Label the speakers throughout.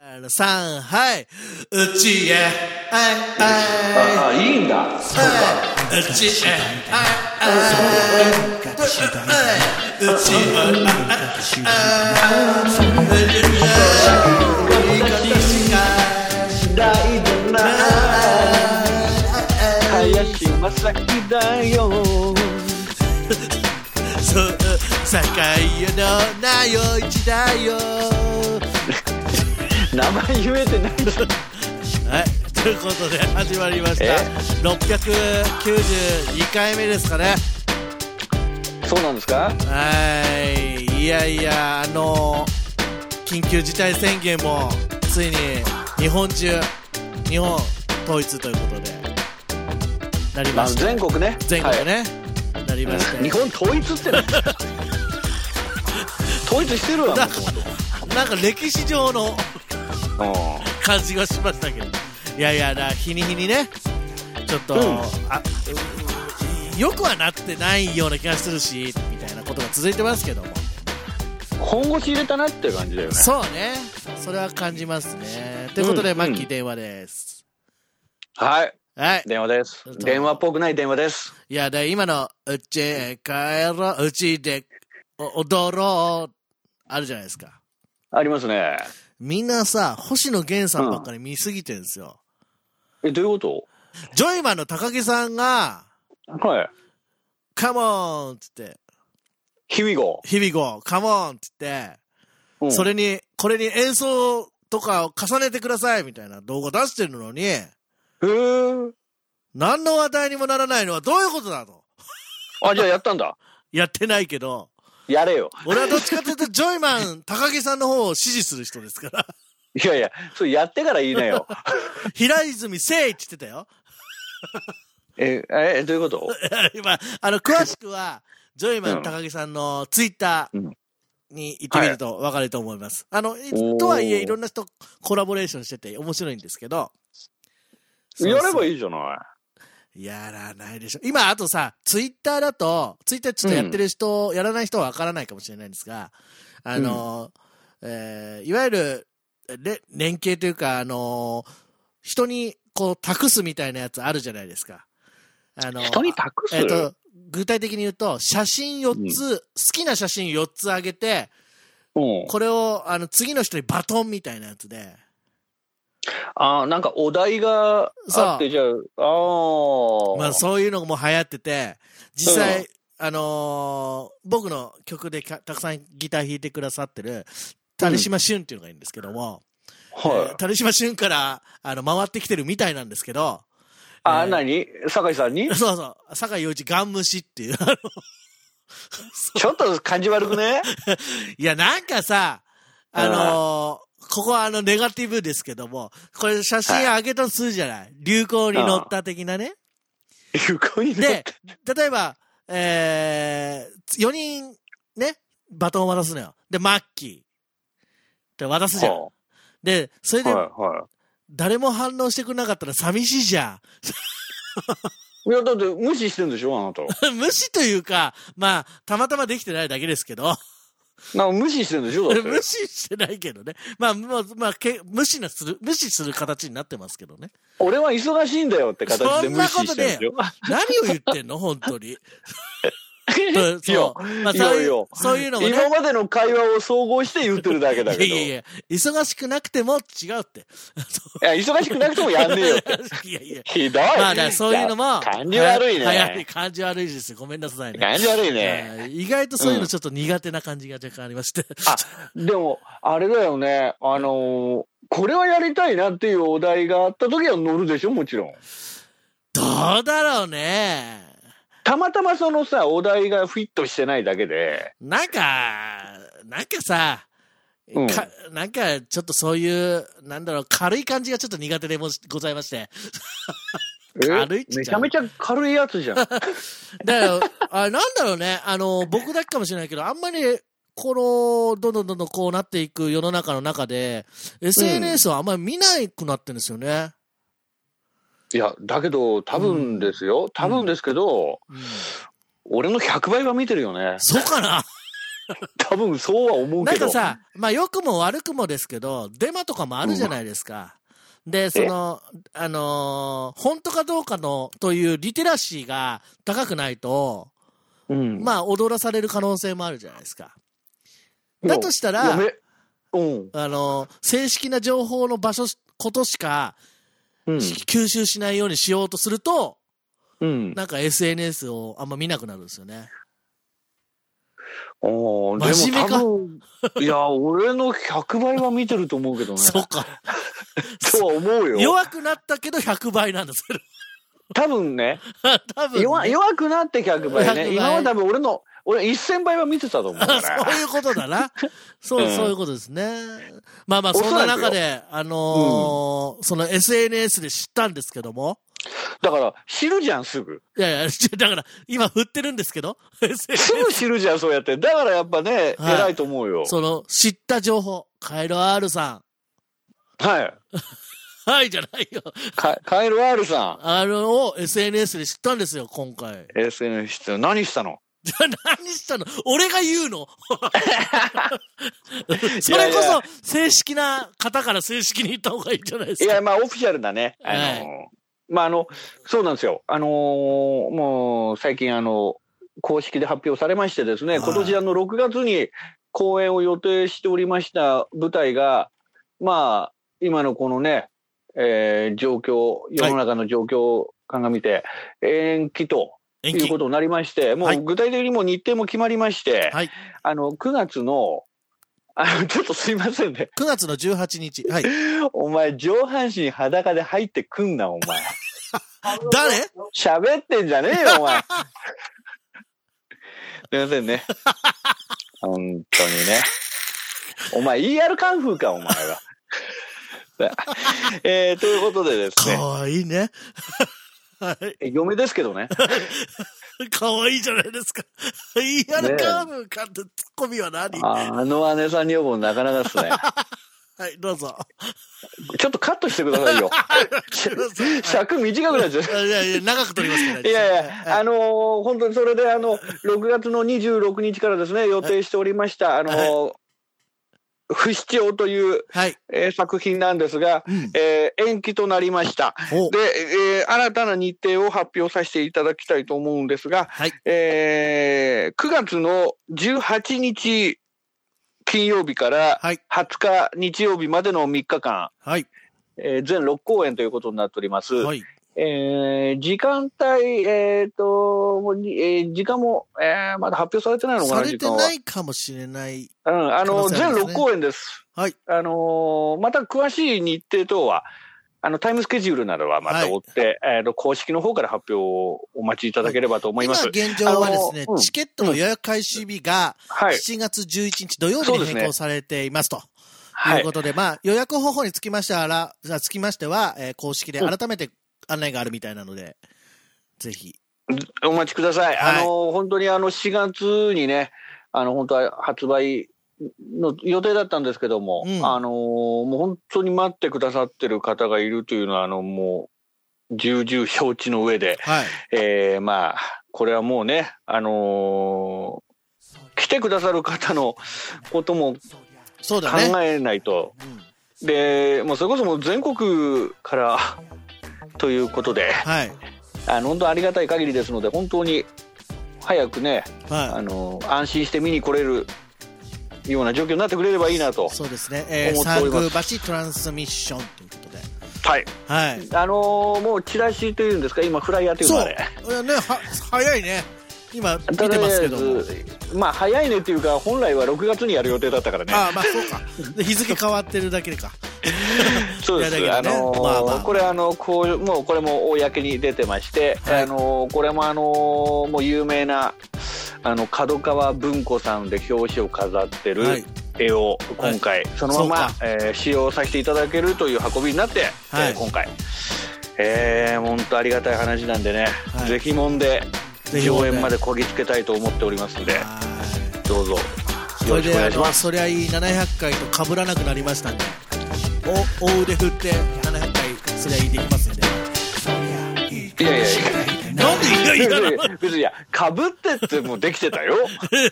Speaker 1: からさんはいうちへはいは
Speaker 2: ああ、いいんだ。
Speaker 1: いはいうちへはいはいうちへはいはいいことしか
Speaker 2: 大だな。林正樹だよ。
Speaker 1: そう境のない夜市だよ
Speaker 2: 名前言えてない。
Speaker 1: はい、ということで始まりまし
Speaker 2: え
Speaker 1: た692回目ですかね
Speaker 2: そうなんですか。
Speaker 1: はいいやいやあの緊急事態宣言もついに日本中日本統一ということでなり
Speaker 2: ま
Speaker 1: ま
Speaker 2: あ、
Speaker 1: した
Speaker 2: 全国ね。
Speaker 1: 全国ね、なり
Speaker 2: は
Speaker 1: まし
Speaker 2: い。日
Speaker 1: て
Speaker 2: 本統一ってね。統一してるわ。もともと
Speaker 1: なんか歴史上の
Speaker 2: うん
Speaker 1: 感じがしましたけどいやいやな日に日にねちょっと、
Speaker 2: うん
Speaker 1: あうよくはなってないような気がするしみたいなことが続いてますけども
Speaker 2: 本腰入れたなっていう感じだよね。
Speaker 1: そうねそれは感じますねということで、
Speaker 2: うん
Speaker 1: マッキー電話です、
Speaker 2: はい。
Speaker 1: はい
Speaker 2: 電話です
Speaker 1: どう。ぞ
Speaker 2: 電話っぽくない電話です。
Speaker 1: いやで今の「うちへ帰ろううちでお踊ろう」あるじゃないですか
Speaker 2: ありますね。
Speaker 1: みんなさ星野源さんばっかり見すぎてるんですよ、
Speaker 2: え、どういうこ
Speaker 1: ジョイマンの高木さんが
Speaker 2: とはい。
Speaker 1: 「カモン!」っつって
Speaker 2: ヒミゴ。
Speaker 1: 日々ゴカモンって言って、
Speaker 2: うん
Speaker 1: それに、これに演奏とかを重ねてくださいみたいな動画出してるのに、
Speaker 2: へー
Speaker 1: 何の話題にもならないのはどういうことだと。
Speaker 2: あ、じゃあやったんだ。
Speaker 1: やってないけど、
Speaker 2: やれよ。
Speaker 1: 俺はどっちかというと、ジョイマン、高木さんの方を支持する人ですから、
Speaker 2: いやいや、それやってから言いな よ。
Speaker 1: 平泉聖って言ってた よ。
Speaker 2: え、え、どういうこと
Speaker 1: 今、あの、詳しくは、ジョイマン、高木さんのツイッターに行ってみると分かると思います。あの、いとはいえ、
Speaker 2: おー
Speaker 1: いろんな人コラボレーションしてて面白いんですけど、そうそう
Speaker 2: やればいいじゃない。
Speaker 1: やらないでしょ。今、あとさ、ツイッターだと、ツイッターちょっとやってる人、やらない人はわからないかもしれないんですが、あの、えーいわゆる、れ連携というか、あの人に、こう、託すみたいなやつあるじゃないですか。あの
Speaker 2: 人に託す、
Speaker 1: えっ、と、具体的に言うと、写真4つ、好きな写真4つあげて、
Speaker 2: うん。
Speaker 1: これを、あの、次の人にバトンみたいなやつで、
Speaker 2: あーなんかお題があって、じゃあ、ああ。
Speaker 1: まあそういうのも流行ってて、実際、あのー僕の曲でかたくさんギター弾いてくださってる、谷島俊っていうのがいるんですけども、えー
Speaker 2: はい。
Speaker 1: 谷島俊からあの回ってきてるみたいなんですけど、
Speaker 2: あ、
Speaker 1: えー
Speaker 2: なに酒井さんに
Speaker 1: そうそう、酒井陽一ガン虫っていう、あ の
Speaker 2: ちょっと感じ悪 くね
Speaker 1: いやなんかさ、あのーここはあのネガティブですけども、これ写真上げたとするじゃない、流行に乗った的なね。
Speaker 2: 有効にね
Speaker 1: で。、例えば、えー、4人、ね、バトンを渡すのよ。で、マッキー。で、渡すじゃん。
Speaker 2: は
Speaker 1: で、それ
Speaker 2: い、
Speaker 1: で、
Speaker 2: は
Speaker 1: 誰も反応してくれなかったら寂しいじゃ
Speaker 2: い。いや、だって無視してるんでしょあなた。
Speaker 1: ん。 無視というか、まあ、たまたまできてないだけですけど、
Speaker 2: なんか無視してるんでしょだっ て。
Speaker 1: 無視してないけどね。まあ、まあ、まあ、け無視なする、無視する形になってますけ どね。
Speaker 2: 俺は忙しいんだよって形で無視
Speaker 1: そんなこと
Speaker 2: し
Speaker 1: ね
Speaker 2: てるんでしょ
Speaker 1: 何を言ってんの本当に。と
Speaker 2: いや
Speaker 1: そう。まあ、
Speaker 2: いや
Speaker 1: そうい
Speaker 2: いうや、
Speaker 1: そういうのもね。
Speaker 2: 今までの会話を総合して言ってるだけだけ ど。
Speaker 1: いやいやいや、忙しくなくても違うって。
Speaker 2: いや忙しくなくてもやんねえよっ て。
Speaker 1: いやいや。
Speaker 2: ひどい。
Speaker 1: まあ、だからそういうのも。
Speaker 2: 感じ悪い
Speaker 1: ははい
Speaker 2: ね。
Speaker 1: 感じ悪いですよ。ごめんなさいね。
Speaker 2: 感じ悪いね。
Speaker 1: はい意外とそういうのちょっと苦手な感じが若干ありまして。
Speaker 2: でも、あれだよね。あのーこれはやりたいなっていうお題があった時は乗るでしょもちろん。
Speaker 1: どうだろうね。
Speaker 2: たまたまそのさ、お題がフィットしてないだけで。
Speaker 1: なんか、なんかさ、
Speaker 2: うん
Speaker 1: かなんかちょっとそういう、なんだろう、軽い感じがちょっと苦手でもございまして。軽いっ
Speaker 2: え
Speaker 1: ちゃ
Speaker 2: めちゃめちゃ軽いやつじ ゃん。
Speaker 1: だ から、あなんだろうね、あの、僕だけかもしれないけど、あんまり、この、どんどんどんどんこうなっていく世の中の中で、SNS をあんまり見なくなってるんですよね。
Speaker 2: いや、だけど、多分ですよ。多分ですけど、
Speaker 1: うん
Speaker 2: 俺の100倍は見てるよね。
Speaker 1: そうかな
Speaker 2: 多分そうは思う
Speaker 1: な
Speaker 2: け
Speaker 1: ん
Speaker 2: ど。
Speaker 1: かさ、まあ、良くも悪くもですけど、デマとかもあるじゃないですか。で、その、あのー本当かどうかの、というリテラシーが高くないと、
Speaker 2: うん、
Speaker 1: まあ、踊らされる可能性もあるじゃないですか。だとしたら、
Speaker 2: 読めうん
Speaker 1: あのー正式な情報の場所、ことしか、
Speaker 2: うん
Speaker 1: 吸収しないようにしようとすると、
Speaker 2: うん
Speaker 1: なんか SNS をあんま見なくなるんですよね。
Speaker 2: おー
Speaker 1: 真面目か
Speaker 2: でも多分いや俺の100倍は見てると思うけど ね
Speaker 1: そっか。
Speaker 2: とは思うよ
Speaker 1: 弱くなったけど100倍なんです。
Speaker 2: 多分ね
Speaker 1: 多分、ね。
Speaker 2: 弱弱くなって100倍
Speaker 1: 100
Speaker 2: ね
Speaker 1: 倍
Speaker 2: 今は多分俺の俺1000倍は見てたと思うから
Speaker 1: あ そういうことだな。そう、
Speaker 2: うん
Speaker 1: そういうことですね。まあまあ、
Speaker 2: お
Speaker 1: そ
Speaker 2: そ
Speaker 1: んな
Speaker 2: らくよ
Speaker 1: 中で、あのーその SNS で知ったんですけども。
Speaker 2: だから知るじゃんすぐ
Speaker 1: いやいや、 ちょだから、今振ってるんですけど。
Speaker 2: す
Speaker 1: SNS
Speaker 2: ぐ知るじゃんそうやってだからやっぱね、
Speaker 1: はい
Speaker 2: 偉いと思うよ
Speaker 1: その、知った情報。カエル R さ
Speaker 2: はい
Speaker 1: ん。はい、じゃないよ。
Speaker 2: かカエル・ワールさ
Speaker 1: R を SNS で知ったんですよ、今回。
Speaker 2: ん SNS して何したの
Speaker 1: じゃあ何したの俺が言う のそ
Speaker 2: いや
Speaker 1: れ
Speaker 2: い
Speaker 1: こそ
Speaker 2: や、
Speaker 1: 正式な方から正式に言った方がいいんじゃないで
Speaker 2: い
Speaker 1: すか。
Speaker 2: や、まあ、オフィシャルだね。あのーまあ、あの、そうなんですよ。あのーもう、最近、あの、公式で発表されましてですね、
Speaker 1: はい
Speaker 2: 今年、あの、6月に公演を予定しておりました舞台が、まあ、今のこのね、えー状況、世の中の状況を鑑みて、延期と
Speaker 1: 延
Speaker 2: いう
Speaker 1: 期
Speaker 2: こ。とになりまして、も
Speaker 1: は
Speaker 2: う
Speaker 1: い
Speaker 2: 具体的にもう日程も決まりまして、
Speaker 1: はい。
Speaker 2: あの、9月の、あの、ちょっとすいませんね。
Speaker 1: 9月の18日。はい。
Speaker 2: お前、上半身裸で入ってくんな、お前。
Speaker 1: 誰
Speaker 2: 喋ってんじゃねえよ、お前。すいませんね。本当にね。お前、ER カンフーか、お前は。さあえーということでですね
Speaker 1: か、わいいね。 はい。
Speaker 2: 嫁ですけどね。
Speaker 1: かわいいじゃないですか。
Speaker 2: ね
Speaker 1: ER
Speaker 2: え
Speaker 1: カーブかってツッコミは何
Speaker 2: ああの姉さん女房なかなかですね。
Speaker 1: はい、どう ぞ。
Speaker 2: ちょっとカットしてくださいよ。尺短くなっちゃう。
Speaker 1: いやいや、長く撮りますから。
Speaker 2: いやいや、
Speaker 1: は
Speaker 2: あのー本当にそれで、あの、6月の26日からですね、予定しておりました、あのー不死鳥という、
Speaker 1: はい。
Speaker 2: えー作品なんですが、
Speaker 1: うん。
Speaker 2: えー延期となりました。
Speaker 1: お
Speaker 2: で、えー新たな日程を発表させていただきたいと思うんですが、
Speaker 1: はい。
Speaker 2: えー9月の18日金曜日から
Speaker 1: はい。
Speaker 2: 20日日曜日までの3日間、
Speaker 1: はい。
Speaker 2: えー全6公演ということになっております。
Speaker 1: はい。
Speaker 2: えー時間帯、えっ、と、もうにえー時間も、えーまだ発表されてないのかな、
Speaker 1: され
Speaker 2: 時
Speaker 1: て
Speaker 2: 間
Speaker 1: な
Speaker 2: は。
Speaker 1: いかもしれない。
Speaker 2: うん、あ
Speaker 1: 可
Speaker 2: の、
Speaker 1: 能性あ
Speaker 2: 全
Speaker 1: りますね
Speaker 2: 6公演です。
Speaker 1: はい。
Speaker 2: あのーまた詳しい日程等は、あの、タイムスケジュールなどはまた追って、えーと公式の方から発表をお待ちいただければと思いま
Speaker 1: 今
Speaker 2: す。
Speaker 1: 現状はですね
Speaker 2: あのう、ん
Speaker 1: チケットの予約開始日が
Speaker 2: はい。
Speaker 1: 7月11日土曜日
Speaker 2: そう
Speaker 1: に
Speaker 2: ですね
Speaker 1: 変更されていますと。
Speaker 2: は
Speaker 1: という
Speaker 2: い
Speaker 1: こ。とで、まあ、予約方法につきましてはら、あつきましては、えー公式で改めて案内があるみたいなので、ぜひ。
Speaker 2: お待ちください。
Speaker 1: はい
Speaker 2: あのー本当にあの、4月にね、あの、本当は発売の予定だったんですけども、
Speaker 1: うん
Speaker 2: あのーもう本当に待ってくださってる方がいるというのは、あの、もう、重々承知の上で、
Speaker 1: はい。
Speaker 2: えー、まあ、これはもうね、あのー来てくださる方のことも
Speaker 1: そうだね。
Speaker 2: 考えないと。
Speaker 1: うん
Speaker 2: で、もうそれこそもう全国からということで、
Speaker 1: はい。
Speaker 2: あの、本当ありがたい限りですので、本当に早くね、あ
Speaker 1: は
Speaker 2: の安心して見に来れるような状況になってくれればいいなと
Speaker 1: い。、そうですね。えー、
Speaker 2: 思っ
Speaker 1: サ
Speaker 2: てお
Speaker 1: ン
Speaker 2: ります
Speaker 1: グバチトランスミッションということで。
Speaker 2: はい
Speaker 1: はい。
Speaker 2: あのーもうチラシというんですか、今、フライヤーというの
Speaker 1: そ
Speaker 2: は
Speaker 1: う。
Speaker 2: ね、
Speaker 1: いやね、は、早いね。今、見
Speaker 2: とり
Speaker 1: て
Speaker 2: あ
Speaker 1: ますけ
Speaker 2: え
Speaker 1: ども。
Speaker 2: ず、まあ、早いねっていうか、本来は6月にやる予定だったからね、
Speaker 1: ああ、まあ、そうか。で日付変わってるだけでか。
Speaker 2: そうです、
Speaker 1: いやだ
Speaker 2: あ
Speaker 1: けどね
Speaker 2: のー
Speaker 1: まあまあ
Speaker 2: これあのこう、もうこれも公に出てまして、
Speaker 1: はい
Speaker 2: あのーこれも、あのーもう有名な、あの角川文庫さんで表紙を飾ってる、
Speaker 1: はい。
Speaker 2: 絵を今回、そのまま
Speaker 1: そ、
Speaker 2: えー使用させていただけるという運びになって、
Speaker 1: はい
Speaker 2: えー今回えー、本当ありがたい話なんでね、
Speaker 1: はい
Speaker 2: ぜひもんで
Speaker 1: ぜひもん
Speaker 2: 上
Speaker 1: で
Speaker 2: 演までこぎつけたいと思っておりますので
Speaker 1: はい。
Speaker 2: どうぞよ
Speaker 1: そ
Speaker 2: ろ
Speaker 1: れ
Speaker 2: しく
Speaker 1: で、
Speaker 2: お願
Speaker 1: あ
Speaker 2: いし
Speaker 1: の、
Speaker 2: ます
Speaker 1: そりゃいい700回と被らなくなりましたんで、お、大腕振って700回、そりゃいいできますよね。
Speaker 2: いやいやいや
Speaker 1: なんでいいやいや
Speaker 2: 別に別にいや、かぶってってもできてたよ。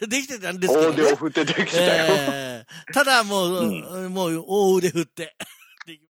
Speaker 1: できてたんですけど
Speaker 2: 大
Speaker 1: ね、
Speaker 2: 手を振ってできてたよ。
Speaker 1: えーただもう、もう大腕振って。